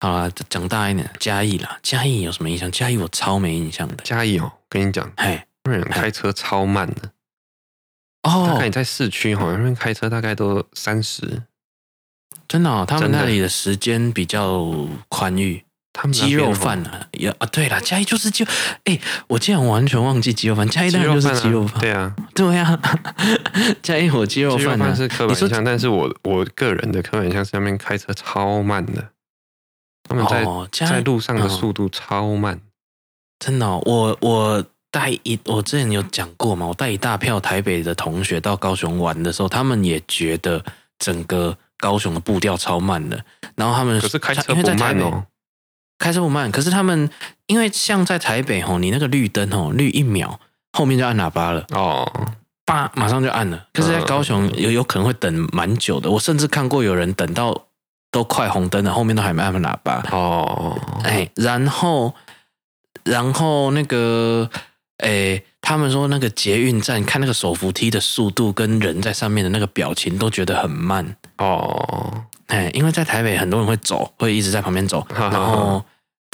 B: 好啦，讲大一点，嘉义啦，嘉义有什么印象？嘉义我超没印象的。
C: <laughs> 嘉义哦，跟你讲，
B: 哎，
C: 那人开车超慢的，大
B: 哦
C: 概，你在市区好像那边开车大概都三十，
B: 真的、哦，他们
C: 真的嗯
B: 那里的时间比较宽裕。
C: 他们那
B: 鸡
C: 边
B: 肉
C: 哦
B: 饭啊，也啊，对啦，嘉义就是鸡肉。哎、我竟然完全忘记鸡肉饭，嘉义
C: 鸡
B: 当然
C: 肉
B: 就
C: 饭
B: 是
C: 啊
B: 鸡肉饭。
C: 对啊，
B: <laughs> 对呀、嘉义火鸡肉
C: 鸡肉
B: 饭
C: 饭
B: 啊，
C: 是刻
B: 你
C: 板
B: 说
C: 印象，但是我我个人的刻板印象是那边开车超慢的，他们在、
B: 哦，嘉
C: 在
B: 义
C: 路上的
B: 嗯
C: 速度超慢，
B: 真的、哦，我我带一，我之前有讲过嘛，我带一大票台北的同学到高雄玩的时候，他们也觉得整个高雄的步调超慢的，然后他们
C: 可是开
B: 他
C: 车
B: 呃因为
C: 不
B: 在台
C: 慢
B: 北
C: 哦，
B: 开车不慢，可是他们因为像在台北吼，你那个绿灯吼绿一秒，后面就按喇叭了，
C: 哦，
B: 叭马上就按了。可是，
C: 嗯
B: 在高雄有有可能会等蛮久的，我甚至看过有人等到都快红灯了，后面都还没按喇叭。
C: 哦，
B: 哎，然后，然后那个，哎，他们说那个捷运站看那个手扶梯的速度跟人在上面的那个表情都觉得很慢。
C: 哦，
B: 哎，因为在台北很多人会走，会一直在旁边走，
C: 哈哈哈
B: 然后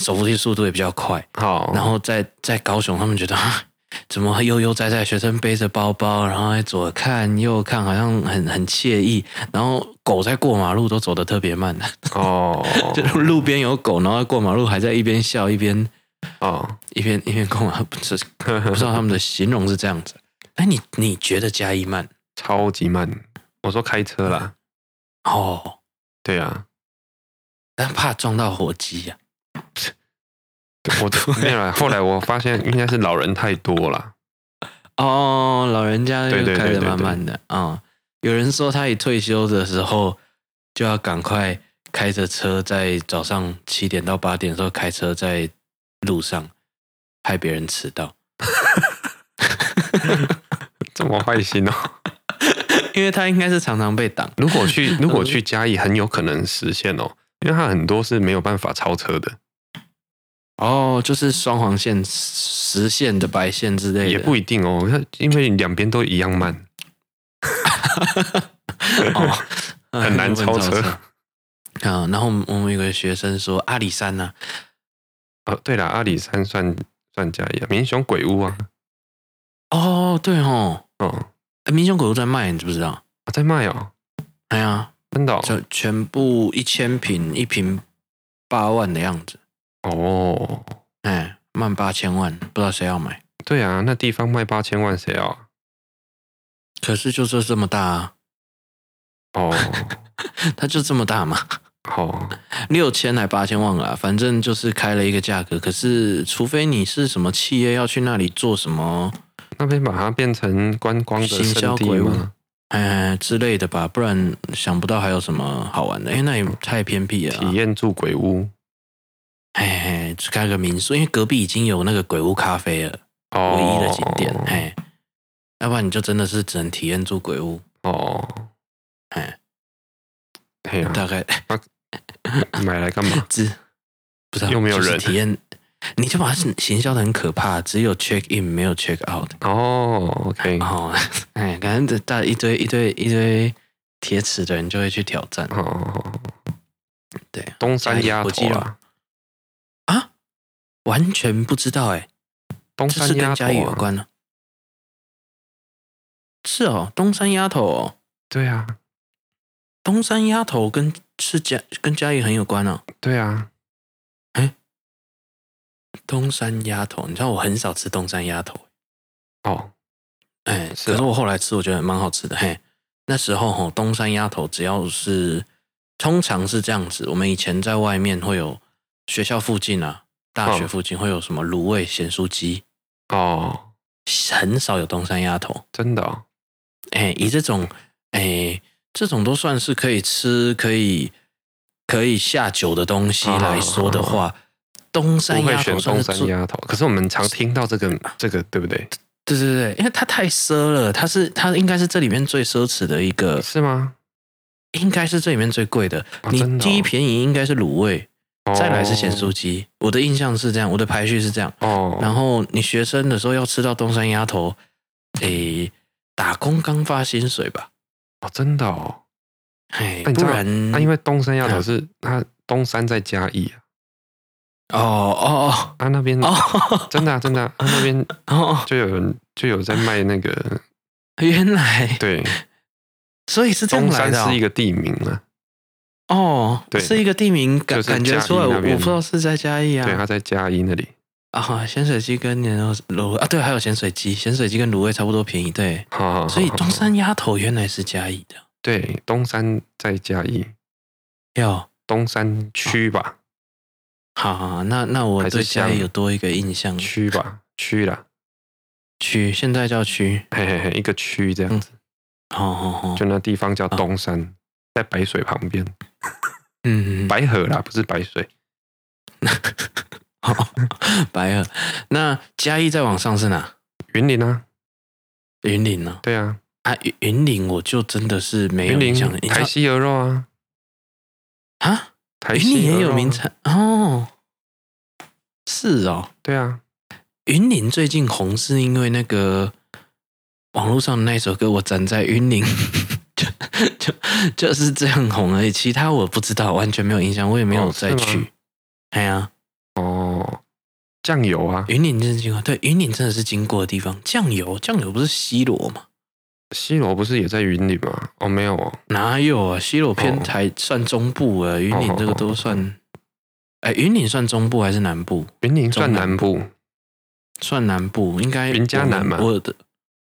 B: 手扶梯速度也比较快。
C: 好，
B: 然后在在高雄，他们觉得啊怎么悠悠哉哉，学生背着包包，然后还左看右看，好像很很惬意。然后狗在过马路都走得特别慢，
C: 哦，
B: <laughs> 就路边有狗，然后过马路还在一边笑一边
C: 哦，
B: 一边一边过马路，不是不知道他们的形容是这样子。哎，你你觉得嘉义慢？
C: 超级慢。我说开车啦，
B: 哦，
C: 对啊，
B: 但怕撞到火鸡啊呀、 <laughs>
C: 我没有啦。后来我发现应该是老人太多啦。
B: 哦，老人家
C: 对
B: 就
C: 对
B: 开
C: 对
B: 的
C: 对
B: 慢慢的啊、有人说他一退休的时候就要赶快开着车，在早上七点到八点的时候开车在路上，害别人迟到，
C: 这么坏心哦！
B: 因为他应该是常常被挡。
C: 如
B: <laughs>
C: 果去如果去嘉义，很有可能实现哦，因为它很多是没有办法超车的，
B: 哦，就是双黄线、实线的白线之类的，
C: 也不一定哦。它因为两边都一样慢，
B: <laughs> 哦，
C: <laughs> 很难超车
B: 啊、然后我们我们有个学生说阿里山啊呐、
C: 哦，对啦，阿里山算算嘉义啊，民雄鬼屋啊，
B: 哦，对哦，
C: 哦，
B: 诶民雄狗肉在卖，你知不知道？
C: 啊在卖哦，
B: 哎呀，
C: 真的哦
B: 就全部一千瓶，一瓶八万的样子，
C: 哦，
B: 哎，万八千万，不知道谁要买。
C: 对啊，那地方卖八千万谁要啊？
B: 可是就是这么大、啊， <laughs>
C: 哦，
B: 它就这么大嘛，
C: 好、
B: 六千还八千万了、啊反正就是开了一个价格。可是，除非你是什么企业要去那里做什么，
C: 那边把它变成观光的
B: 行销
C: 圣地
B: 鬼屋
C: 吗？
B: 哎之类的吧，不然想不到还有什么好玩的，因为那也太偏僻了、啊
C: 体。验住鬼屋
B: 哎，去开个民宿，因为隔壁已经有那个鬼屋咖啡了，
C: 哦，
B: 唯一的景点。哎，要不然你就真的是只能体验住鬼屋，
C: 哦，
B: 哎，
C: 哎呀，
B: 大概
C: 买来干
B: <laughs>
C: 嘛？
B: 只不知道
C: 又没有
B: 就是
C: 人
B: 体验，你就把它行销的很可怕，只有 check in 没有 check out。
C: 哦，OK，
B: 哦， <laughs> 哎，感觉大一堆一堆一堆铁齿的人就会去挑战。
C: 哦，
B: 对，啊
C: 东山
B: 加
C: 鸭
B: 油国
C: 头
B: 际
C: 啊，
B: 完全不知道哎、
C: 东
B: 这是
C: 山
B: 跟
C: 鸭
B: 嘉义
C: 头
B: 有
C: 啊，
B: 关呢、是哦，东山丫头哦，
C: 对啊，
B: 东山丫头跟是嘉跟嘉义很有关哦。
C: 对啊，
B: 东山丫头，你知道我很少吃东山丫头，
C: 哦，
B: 哎，
C: 是哦
B: 可是我后来吃，我觉得蛮好吃的。嘿，那时候吼，东山丫头只要是通常是这样子，我们以前在外面会有学校附近啊，大学
C: 嗯
B: 附近会有什么卤味咸酥鸡，
C: 哦，
B: 很少有东山丫头。
C: 真的哦，
B: 哎，以这种哎这种都算是可以吃、可以可以下酒的东西
C: 好好
B: 来说的话，东山
C: 啊不会
B: 鸭
C: 选
B: 头
C: 东
B: 算是
C: 山
B: 最
C: 鸭头，可是我们常听到这个这个，对不对？
B: 对对对，因为它太奢了，它是它应该是这里面最奢侈的一个，
C: 是吗？
B: 应该是这里面最贵的。
C: 哦真的
B: 你
C: 哦
B: 第一便宜应该是卤味，
C: 哦
B: 再来是咸酥鸡。我的印象是这样，我的排序是这样。
C: 哦，
B: 然后你学生的时候要吃到东山鸭头，诶，打工刚发薪水吧，
C: 哦，真的哦，
B: 哎，
C: 那你知
B: 不
C: 道
B: 然
C: 那因为东山鸭头
B: 嗯
C: 是它东山在嘉义啊，
B: 哦哦
C: 啊那边
B: 哦哦
C: 真的啊真的啊，啊那边
B: 哦，
C: 就有人就有在卖那个，
B: 原来
C: 对，
B: 所以是这样
C: 东
B: 来
C: 山
B: 的哦
C: 是一个地名啊，
B: 哦，
C: 对
B: 是一个地名感
C: 就是
B: 感觉
C: 嘉义
B: 出来，我
C: 那
B: 我
C: 边
B: 不知道是在嘉义啊，
C: 对，它在嘉义那里。
B: 啊，咸水鸡跟牛肉卤啊，对，还有咸水鸡，咸水鸡跟卤味差不多便宜，对。
C: 好，
B: <laughs> 所以
C: 好
B: 中山
C: <laughs>
B: 鸭头原来是嘉义的，
C: 对东山在嘉义，
B: 哟，
C: 东山区吧，
B: 好好，好那那我
C: 还是
B: 对嘉义
C: 乡
B: 有多一个印象，
C: 区吧，区啦，
B: 区现在叫区，
C: 嘿嘿嘿，一个区这样子，
B: 哦哦哦，
C: 就那地方叫东山，在白水旁边，
B: 嗯，嗯嗯
C: 白河啦，不是白水，
B: 白了。那嘉义再往上是哪？
C: 云林啊，
B: 云林呢、
C: 对啊，
B: 啊？云云林我就真的是没有
C: 云
B: 印象
C: 林
B: 了。你知
C: 台
B: 道
C: 西鹅肉啊，
B: 啊，
C: 台
B: 云
C: 西
B: 林
C: 鹅
B: 也
C: 肉
B: 有
C: 啊
B: 名，产哦，是哦。
C: 对啊，
B: 云林最近红是因为那个网络上的那首歌《我站在云林》 <laughs> 就，就就是这样红而已。其他我不知道，完全没有印象，我也没有
C: 哦
B: 再
C: 是吗
B: 去。哎呀、
C: 哦，酱油啊，
B: 云林真是经过，对，云林真的是经过的地方。酱油，酱油不是西螺吗？
C: 西螺不是也在云林吗？哦，没有哦，
B: 哪有啊？西螺偏
C: 哦
B: 台、算中部啊，云林这个都算，哎、云林算中部还是南部？
C: 云林算
B: 中
C: 南
B: 南
C: 部，
B: 算南部，应该
C: 云嘉南嘛
B: 嘛。我的，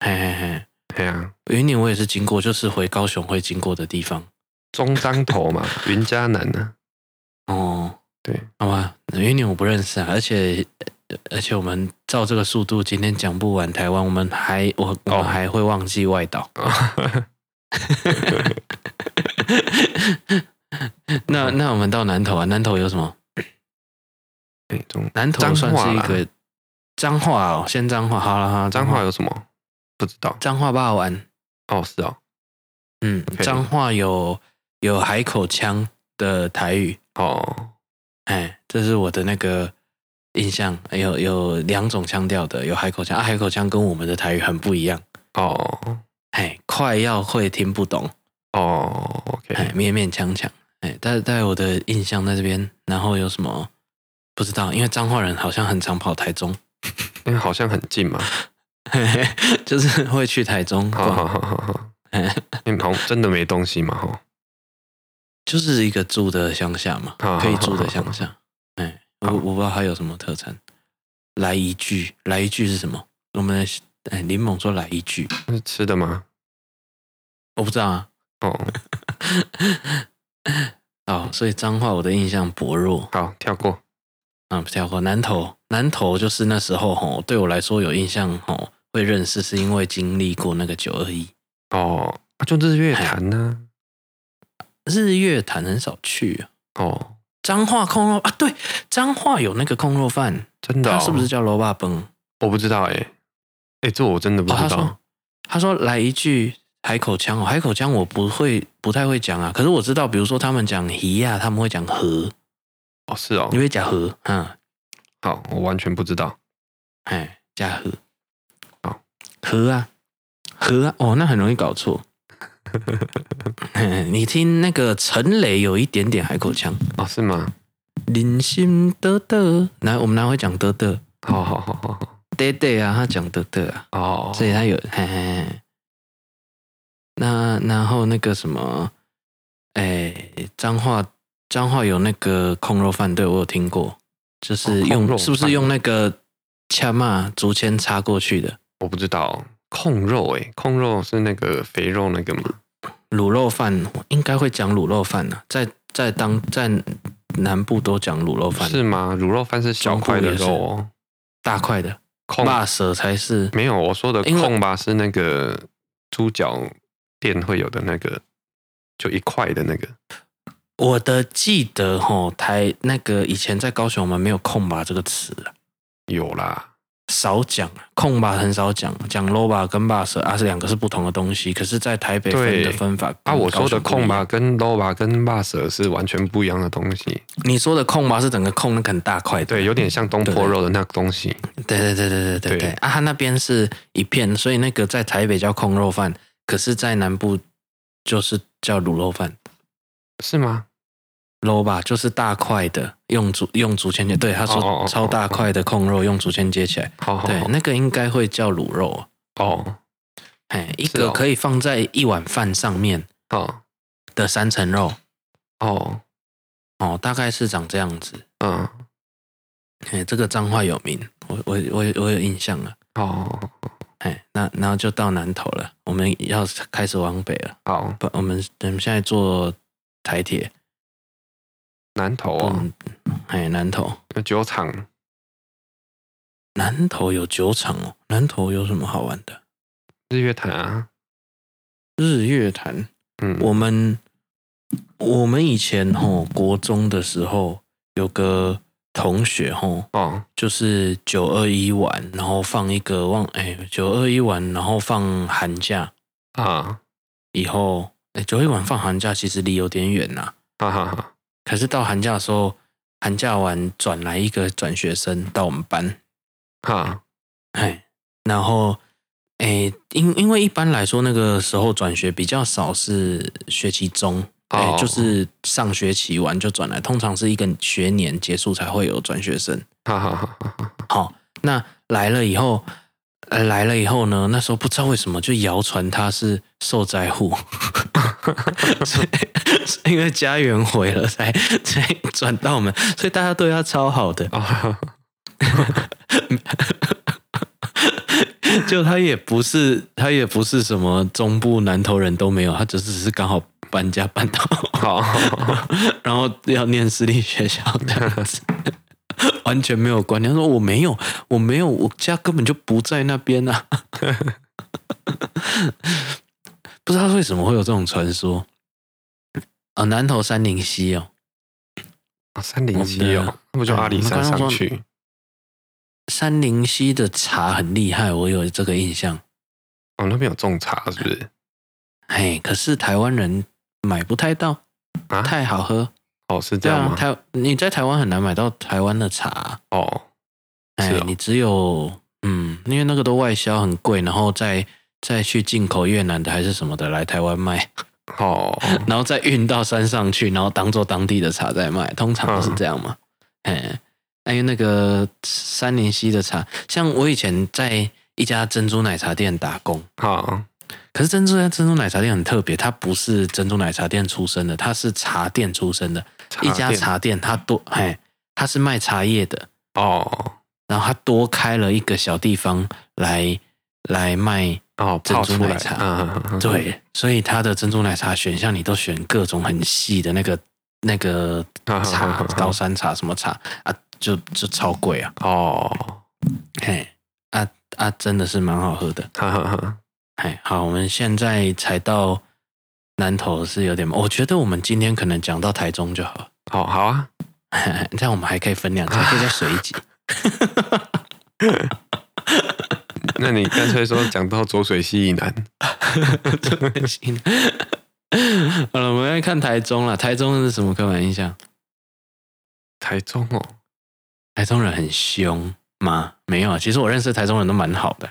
B: 嘿嘿嘿，
C: 对啊，
B: 云林我也是经过，就是回高雄会经过的地方。
C: 中彰头
B: <laughs>
C: 嘛，云嘉南啊呢、
B: 哦，
C: 对，
B: 好吧，云林我不认识啊，而且呃而且我们照这个速度，今天讲不完台湾，我们还我我
C: 哦
B: 们还会忘记外
C: <laughs>
B: 岛。 <laughs>
C: 啊，
B: 那那我们到南投啊，南投有什么？
C: 哎中
B: 南投
C: 彰
B: 算
C: 化
B: 是一
C: 啦
B: 个脏话哦，先脏话，好了好了，
C: 彰化有什么？不知道
B: 脏话霸玩，
C: 哦，是哦，
B: 嗯，
C: OK
B: 脏话有有海口腔的台语，
C: 哦，
B: 哎，这是我的那个印象，有有两种腔调的，有海口腔，啊，海口腔跟我们的台语很不一样，
C: 哦，
B: 哎，快要会听不懂，
C: 哦
B: 哎
C: ，OK，，
B: 勉勉强强，哎，但但我的印象在这边，然后有什么不知道，因为彰化人好像很常跑台中。 <laughs>
C: 因为好像很近嘛，
B: 就是会去台中
C: 好
B: 逛，
C: 好好好
B: <laughs>
C: 好，因为好像真的没东西嘛，哈，
B: 就是一个住的乡下嘛，
C: 好好
B: 可以住的乡下。哎，我我不知道还有什么特产。来一句，来一句是什么？我们的哎林猛说来一句，
C: 那是吃的吗？
B: 我不知道啊。
C: 哦，
B: 哦，所以彰化我的印象薄弱
C: 好，跳过，
B: 啊，跳过南投，南投就是那时候吼，对我来说有印象吼，会认识是因为经历过那个九二一。
C: 哦，啊就日
B: 哎
C: 月潭呢、
B: 日月潭很少去啊，
C: 哦，
B: 彰化空肉啊，对，彰化有那个空肉饭，
C: 真的、哦，
B: 它是不是叫罗霸崩？哦
C: 我不知道哎、欸，哎、这我真的不
B: 哦，他
C: 知道。
B: 说，他说来一句海口腔哦，海口腔我不会，不太会讲啊。可是我知道，比如说他们讲鱼呀、他们会讲河，
C: 哦，是哦
B: 你，会讲河，嗯，
C: 好，我完全不知道。
B: 哎，加河，
C: 好，
B: 河啊，河啊，哦，那很容易搞错。 <laughs> 嘿你听那个陈磊有一点点海口腔，
C: 哦，是吗？
B: 林心得得，那我们哪会讲得得
C: 好哦好好好好，
B: 得得啊？他讲得得啊，
C: 哦，
B: 所以他有嘿嘿嘿。那然后那个什么，哎，彰化彰化有那个控肉饭，对我有听过，就是
C: 哦控肉
B: 用
C: 饭
B: 是不是用那个掐嘛竹签插过去的
C: 我不知道控肉哎、控肉是那个肥肉那个吗？
B: 卤肉饭，应该会讲卤肉饭呢、啊，在在当在南部都讲卤肉饭，
C: 是吗？卤肉饭是小块的肉哦，
B: 大块的，
C: 控
B: 辣舌才是
C: 没有我说的
B: 因为
C: 控吧是那个猪脚店会有的那个，就一块的那个
B: 我的记得吼，台那个以前在高雄我们没有控吧这个词啊。
C: 有啦。
B: 少讲，控吧很少讲，啊讲 low 吧跟 b 舌啊是两个是不同的东西，可是，在台北分
C: 对
B: 的分法
C: 啊，
B: 跟
C: 我说的
B: 嗯高雄不一
C: 控
B: 样
C: 吧，跟肉吧跟辣舌是完全不一样的东西，
B: 你说的控吧是整个控那个很大块的，
C: 对，有点像东坡肉的那个东西。
B: 对对对对对对对
C: 对
B: 啊，它那边是一片，所以那个在台北叫控肉饭，可是，在南部就是叫卤肉饭
C: 是吗？
B: low 吧，就是大块的，用竹用竹签接，对他
C: 哦哦哦嗯
B: 说
C: 哦
B: 超大块的控肉用竹签接起来，
C: 好好
B: 对
C: 好，
B: 那个应该会叫卤肉，
C: 哦
B: 哎，一
C: 是
B: 个
C: 哦
B: 可以放在一碗饭上面
C: 哦
B: 的三层肉。
C: 哦，
B: 哦，大概是长这样子。
C: 嗯，
B: 哎，这个彰化有名，我我我有我有印象了。
C: 哦，
B: 哎，那然后就到南投了，我们要开始往北了。
C: 好，
B: 不，我们我们现在坐台铁，
C: 南投哦，
B: 嗯，哎，南投，
C: 有酒厂
B: 南投有酒厂哦。南投有什么好玩的？
C: 日月潭啊，
B: 日月潭，
C: 嗯，
B: 我们我们以前哦，国中的时候有个同学吼，
C: 哦，
B: 就是九二一玩，然后放一个忘哎九二一玩，然后放寒假
C: 啊，
B: 以后，哎九二一玩放寒假其实离有点远啦、
C: 哈哈哈，
B: 可是到寒假的时候，寒假完转来一个转学生到我们班，
C: 哈，
B: 哎，然后哎因因为一般来说那个时候转学比较少是学期中。哎
C: 哦，
B: 就是上学期完就转来，通常是一个学年结束才会有转学生。
C: 哈哈哈哈哈，
B: 那来了以后，呃，来了以后呢，那时候不知道为什么就谣传他是受灾户， <laughs> 所以 <laughs> 是因为家园毁了才 <laughs> 才转到我们，所以大家对他超好的，
C: 哦哈哈，
B: <laughs> 就他也不是他也不是什么中部南投人都没有，他只是只是刚好搬家搬到， <laughs>
C: 好，
B: 然后要念私立学校这样子。 <laughs> 完全没有关联。他说我没有，我没有，我家根本就不在那边啊。 <laughs> 不知道为什么会有这种传说啊、南投三林溪哦，
C: 三零七
B: 我们
C: 哦，那不就阿里山上去？
B: 三林溪的茶很厉害，我有这个印象。
C: 哦，那边有种茶是不是？
B: 哎，可是台湾人买不太到，
C: 啊
B: 太好喝。
C: 哦，是这
B: 对
C: 样
B: 啊，
C: 吗？
B: 台你在台湾很难买到台湾的茶啊、
C: 哦，
B: 哎，
C: 是哦
B: 你只有嗯，因为那个都外销很贵，然后再再去进口越南的还是什么的来台湾卖，
C: 哦，
B: 然后再运到山上去，然后当做当地的茶再卖，通常都是这样嘛。哎、还有那个三林溪的茶，像我以前在一家珍珠奶茶店打工，
C: 好，
B: 可是珍珠珍珠奶茶店很特别，它不是珍珠奶茶店出身的，它是茶店出身的。 <laughs> 一家
C: 店嗯
B: 茶店，它多哎，它是卖茶叶的，
C: 哦
B: 然后他多开了一个小地方来来卖，
C: 哦，泡出
B: 珍珠
C: 来
B: 奶茶
C: 嗯嗯，嗯
B: 对，所以他的珍珠奶茶选项你都选各种很细的那个那个
C: 嗯
B: 茶
C: 嗯，嗯
B: 高山茶什么茶啊，就就超贵啊，
C: 哦，
B: 嘿，啊啊，真的是蛮好喝的，
C: 哈哈哈，
B: 嘿，好，我们现在才到南投是有点，我觉得我们今天可能讲到台中就好了， <laughs>
C: 好好啊，
B: 嘿嘿这样我们还可以分两集，还可以再水一集，
C: 那你干脆说讲到浊水溪以南，
B: <laughs> 行，好了，我们来看台中了，台中是什么刻板印象？
C: 台中哦，
B: 台中人很凶吗？没有，啊其实我认识的台中人都蛮好的，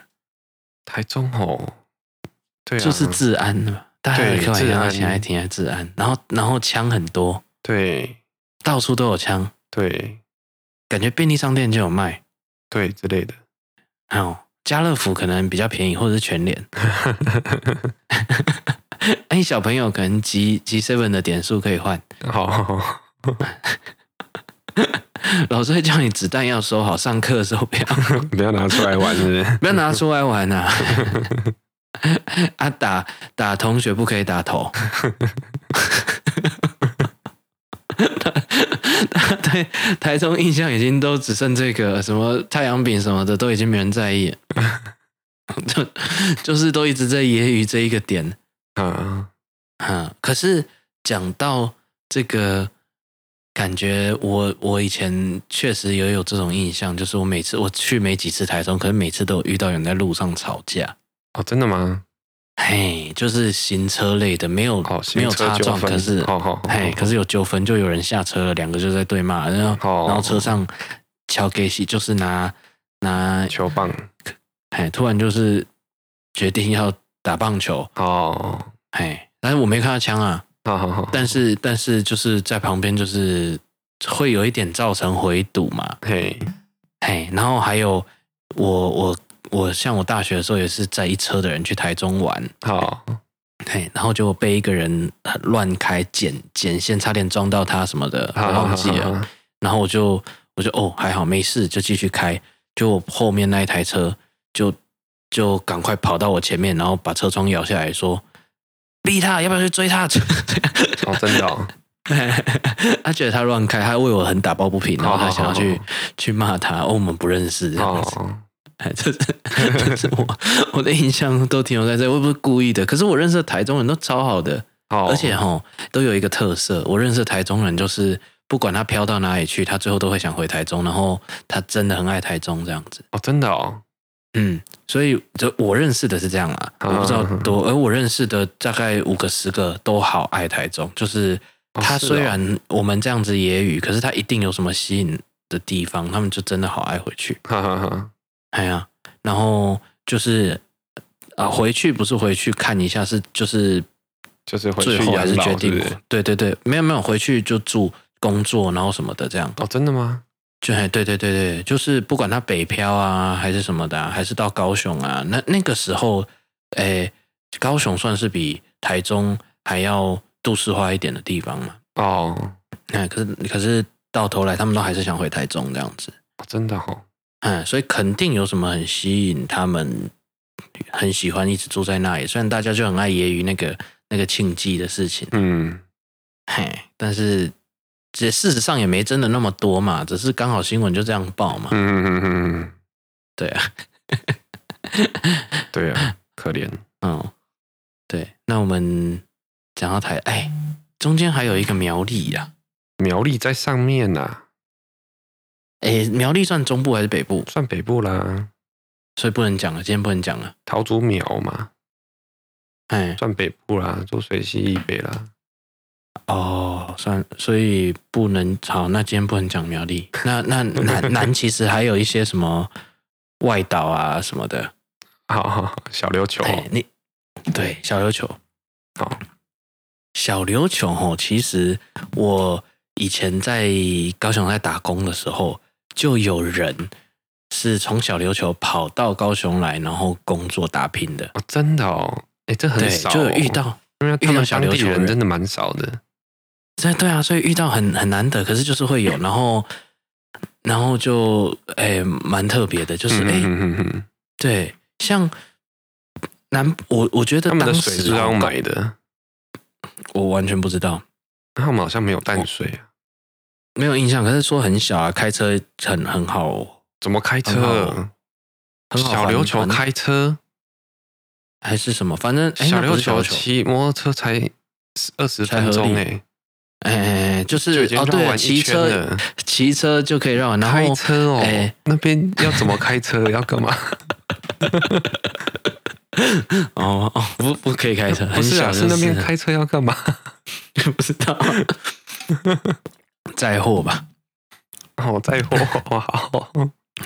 C: 台中哦，对啊，
B: 就是治安的嘛。大家有
C: 对
B: 刻板印象
C: 治安
B: 挺爱挺爱治安，然后然后枪很多，
C: 对
B: 到处都有枪，
C: 对
B: 感觉便利商店就有卖。
C: 对之类的，
B: 哦，家乐福可能比较便宜，或者是全联。 <laughs> 哎，小朋友可能集集 seven 的点数可以换，
C: 好， <laughs>
B: 老师会叫你子弹要收好，上课的时候不要
C: 不要拿出来玩，是不是
B: <laughs> 不要拿出来玩呐、 <laughs> 啊！啊，打打同学不可以打头。 <laughs> 他他对台中印象已经都只剩这个什么太阳饼什么的，都已经没人在意了， <laughs> 就就是都一直在揶揄这一个点。
C: 啊，
B: 嗯，可是讲到这个，感觉我我以前确实也有这种印象，就是我每次我去没几次台中，可是每次都有遇到有人在路上吵架，
C: 哦，真的吗？
B: 嘿，就是行车类的，没有、
C: 哦，
B: 没
C: 行
B: 有
C: 车
B: 擦
C: 纠
B: 撞，
C: 纷，哦
B: 可是
C: 好好，
B: 嘿，可是有纠纷，就有人下车了，两个就在对骂，然后、
C: 好，
B: 然后车上敲给戏，就是拿拿，
C: 球棒，
B: 嘿，突然就是决定要打棒球，
C: 哦，
B: 嘿，但是我没看到枪啊，
C: 好好好，
B: 但是但是就是在旁边就是会有一点造成回堵嘛，
C: 嘿，
B: 嘿，然后还有我我我像我大学的时候也是载一车的人去台中玩，
C: 好，
B: 嘿，然后结果被一个人乱开剪剪线，差点撞到他什么的，我
C: 好
B: 忘记
C: 好好
B: 了，
C: 好
B: 然后我就我就哦还好没事，就继续开，就我后面那一台车就就赶快跑到我前面，然后把车窗摇下来说。逼他，要不要去追他？ <laughs>
C: 哦，真的哦，
B: 他觉得他乱开，他为我很打抱不平，然后他想要去
C: 哦
B: 去骂他，哦，我们不认识 <laughs> 这 <laughs> 样子，
C: 哦，
B: 哎这是这是我我的印象都停留在这，我也不是故意的。可是我认识的台中人都超好的，
C: 好，
B: 而且哈都有一个特色，我认识的台中人就是不管他飘到哪里去，他最后都会想回台中，然后他真的很爱台中这样子。
C: 哦，真的哦，
B: 嗯，所以这我认识的是这样啦，
C: 啊
B: 我不知道多，而我认识的大概五个十个都好爱台中，就是
C: 哦
B: 他
C: 是哦
B: 虽然我们这样子揶揄，可是他一定有什么吸引的地方，他们就真的好爱回去。
C: 哈哈哈，
B: 哎呀，然后就是啊、回去不是回去看一下，是就是
C: 就是回去
B: 最后还
C: 养
B: 是
C: 老
B: 决定，
C: 是不是
B: 对对对，没有没有回去就住工作，然后什么的这样，
C: 哦，真的吗？
B: 就哎对对对对，就是不管他北漂啊还是什么的啊、还是到高雄啊，那那个时候，哎，高雄算是比台中还要都市化一点的地方嘛，
C: 哦，
B: 哎，可是可是到头来他们都还是想回台中这样子。
C: 哦真的哦，
B: 嗯，所以肯定有什么很吸引他们，很喜欢一直住在那里。虽然大家就很爱揶揄那个那个庆忌的事情，
C: 嗯，
B: 嘿，但是这事实上也没真的那么多嘛，只是刚好新闻就这样报嘛。
C: 嗯嗯嗯嗯
B: 对啊，
C: 嗯，对啊，可怜，
B: 嗯，对。那我们讲到台，哎，中间还有一个苗栗呀、
C: 苗栗在上面啊呐、
B: 哎，苗栗算中部还是北部？
C: 算北部啦，
B: 所以不能讲了，今天不能讲了。
C: 桃竹苗嘛，
B: 哎，
C: 算北部啦，浊水溪以北啦，
B: 哦，算，所以不能好，那今天不能讲苗栗。那那 <laughs> 南南其实还有一些什么外岛啊什么的。
C: 好好好，小琉球、
B: 哎，你对小琉球，
C: 好，
B: 小琉球哦，其实我以前在高雄在打工的时候，就有人是从小琉球跑到高雄来，然后工作打拼的。
C: 哦，真的哦，哎，这很
B: 对，
C: 少、
B: 就有遇，到
C: 因为他
B: 遇到
C: 们
B: 小
C: 当
B: 琉
C: 地
B: 球
C: 人
B: 人
C: 真的蛮少的，
B: 对对啊，所以遇到很很难得，可是就是会有，然后然后就哎蛮、特别的，就是
C: 嗯
B: 哎、
C: 嗯嗯嗯嗯，
B: 对，像南我我觉得
C: 他们的
B: 当
C: 水是
B: 时
C: 不是要
B: 啊
C: 买的，
B: 我完全不知道，
C: 他们好像没有淡水啊，
B: 没有印象，可是说很小啊，开车很很好，
C: 怎么开
B: 很好
C: 车？
B: 很好
C: 小
B: 环
C: 琉球
B: 环
C: 开车，
B: 还是什么，反正、哎
C: 小
B: 那不
C: 琉
B: 是小
C: 球
B: 琉
C: 骑摩托车才二十
B: 才
C: 分
B: 合
C: 钟哎、
B: 理哎哎哎，就
C: 就已
B: 是
C: 经
B: 哦
C: 绕
B: 对啊，
C: 完一
B: 骑
C: 圈
B: 车
C: 了。
B: 骑车就可以绕完，然
C: 开
B: 后
C: 车哦，
B: 哎
C: 那边要怎么开车？要干嘛？
B: 哦哦不不可以开车，
C: <laughs> 不是啊，
B: 很小
C: 是
B: 就
C: 那边
B: 了
C: 开车要干嘛？
B: <laughs> 不知道，载货吧。
C: 好在乎，好，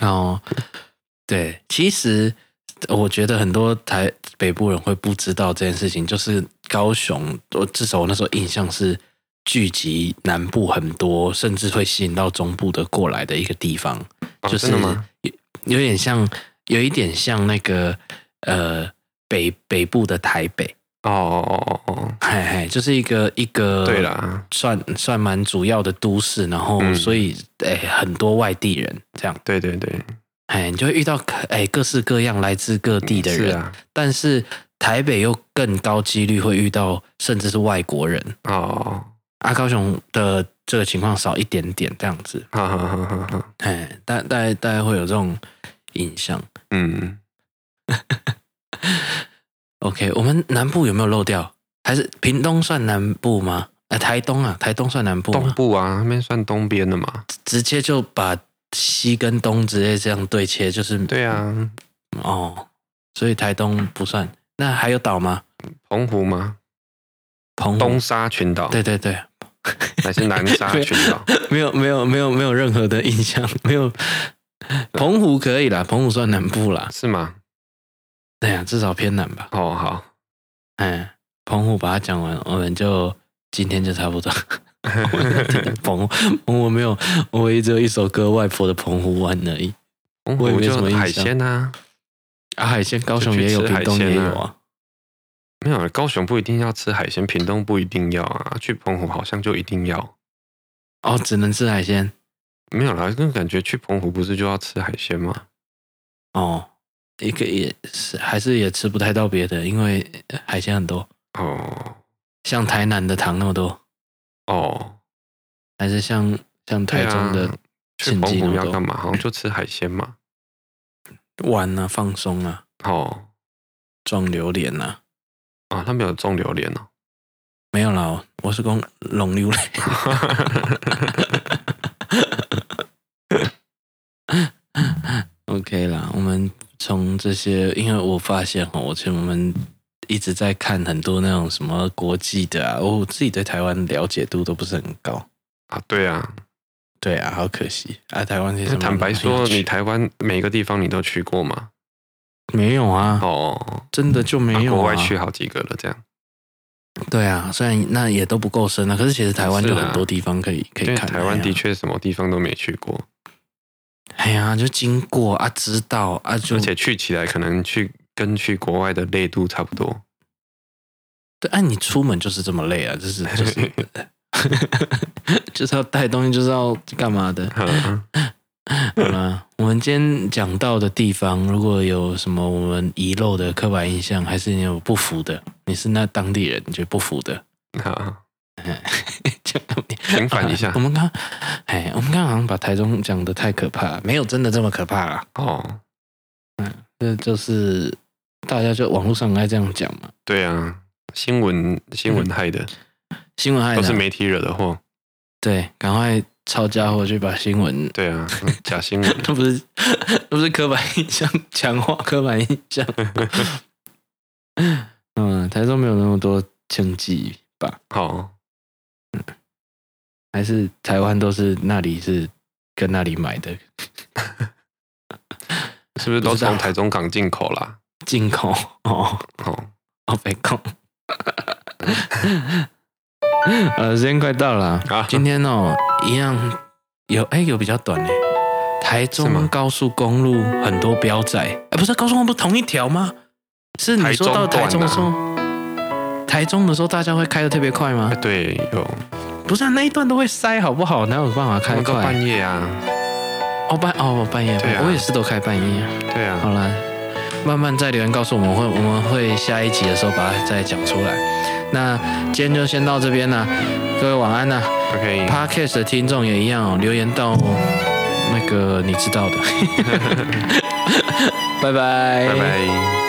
B: 哦，对，其实我觉得很多台北部人会不知道这件事情，就是高雄，我至少我那时候印象是聚集南部很多，甚至会吸引到中部的过来的一个地方，
C: 哦
B: 就是
C: 真的吗？
B: 有有点像，有一点像那个呃北北部的台北，
C: 哦哦哦哦，
B: 嘿嘿，就是一个一个
C: 对。啦，
B: 算算蛮主要的都市，然后
C: 嗯
B: 所以诶、很多外地人这样，
C: 对对对，
B: 哎，你就会遇到可哎各式各样来自各地的
C: 是
B: 人，
C: 啊，
B: 但是台北又更高几率会遇到甚至是外国人，
C: 哦，
B: 啊，高雄的这个情况少一点点这样子，
C: 哈哈哈哈哈，
B: 哎，大大概大概会有这种印象。
C: 嗯，
B: OK，我们南部有没有漏掉？还是屏东算南部吗？哎，台东啊，台东算南部
C: 东
B: 吗？
C: 部啊，那边算东边的嘛？
B: 直接就把西跟东直接这样对切，就是
C: 对啊，
B: 哦，所以台东不算。那还有岛吗？
C: 澎湖吗？
B: 澎湖
C: 东沙群岛，
B: 嗯对对对，
C: 还是南沙群岛？
B: 没有没有没有没有任何的印象， <laughs> 没有。澎湖可以啦，澎湖算南部啦，
C: 是
B: <laughs>
C: 吗？
B: 对呀、至少偏南吧。
C: 哦，好，
B: 嗯，澎湖把它讲完，我们就今天就差不多。 <laughs> 澎湖，澎湖没有，我也只有一首歌《外婆的澎湖湾》而已。
C: 澎
B: 我也
C: 湖
B: 没什么
C: 就
B: 印象
C: 海鲜啊，
B: 啊，海鲜，高雄也有，
C: 就去
B: 屏
C: 吃海
B: 东也
C: 鲜啊
B: 有啊。
C: 没有，高雄不一定要吃海鲜，屏东不一定要啊，去澎湖好像就一定要。
B: 哦，只能吃海鲜
C: 没有啦，那感觉去澎湖不是就要吃海鲜吗？
B: 哦，一个也是，还是也吃不太到别的，因为海鲜很多，
C: 哦
B: 像台南的糖那么多，
C: 哦，
B: 还是像像
C: 对
B: 台中的
C: 啊、去
B: 庆
C: 澎
B: 记那
C: 湖
B: 么
C: 要
B: 多
C: 干嘛？好像就吃海鲜嘛。
B: 玩啊、放松啊、
C: 哦
B: 撞榴莲啊。
C: 啊，他们有种榴莲哦。
B: 没有啦，我我是讲龙溜嘞。OK 啦，我们从这些，因为我发现哦，我其实我们一直在看很多那种什么国际的啊，我自己对台湾了解度都不是很高。
C: 啊，对啊，
B: 对啊，好可惜啊！台湾其实
C: 坦白说，你
B: 台
C: 台湾每个地方你都去过吗？
B: 没有啊，
C: 哦，
B: 真的就没
C: 啊
B: 有
C: 国
B: 啊。
C: 外去好几个了，这样。
B: 对啊，虽然那也都不够深啊，可是其实台湾
C: 是
B: 就
C: 啊
B: 很多地方可以可
C: 因
B: 以
C: 为
B: 看。
C: 台湾
B: 哎
C: 的
B: 呀，
C: 确什么地方都没去过，
B: 哎呀，就经过啊，知道啊，就
C: 而且去起来可能去跟去国外的累度差
B: <laughs>
C: 不多。
B: 对，啊，你出门就是这么累啊，就是 <laughs> 就是就是要带东西，就是要干嘛的。
C: <laughs> 嗯
B: 好啦，我们今天讲到的地方，如果有什么我们遗漏的刻板印象，还是你有不服的，你是那当地人，你觉得不服的， <laughs>
C: 好，
B: 就
C: 平反一下
B: 我们刚，哎，我们刚好像把台中讲的太可怕了，没有真的这么可怕啊啦。
C: 哦，
B: 这就是大家就网络上很爱这样讲嘛，
C: 对啊，新闻新闻害的，
B: 新闻嗯害
C: 都
B: 的
C: 哦是
B: 啊，
C: 媒体惹的祸。
B: 对，赶快抄家伙去把新闻
C: 对啊，假新
B: <laughs>
C: 闻
B: 那不是那不是刻板印象，强化刻板印象。嗯，台中没有那么多经济吧？
C: 好，
B: 还是台湾都是那里是跟那里买的
C: 是不是都
B: 不知道
C: 从台中港进口啦？
B: 进口哦？
C: 哦，
B: 哦，北控。 <laughs> 呃，时间快到了啊，
C: 啊
B: <laughs> 今天哦一样有哎、有比较短哎，台
C: 是
B: 中
C: 吗
B: 高速公路很多标仔，哎、不是高速公路不是同一条吗？是你说到台
C: 台
B: 中
C: 中
B: 的
C: 段啊
B: 时候，台中的时候大家会开的特别快吗
C: 哎？对，有
B: 不是、啊，那一段都会塞，好不好？哪有办法开
C: 看到
B: 快
C: 呃半？夜啊，
B: 哦半哦半夜，
C: 对啊
B: 我也是都开半夜啊。
C: 对啊，
B: 好啦，慢慢再留言告诉我们，我会我们会下一集的时候把它再讲出来。那今天就先到这边啦，各位晚安啊啦。
C: OK，
B: Podcast 的听众也一样哦，留言到那个你知道的，拜拜，
C: 拜拜。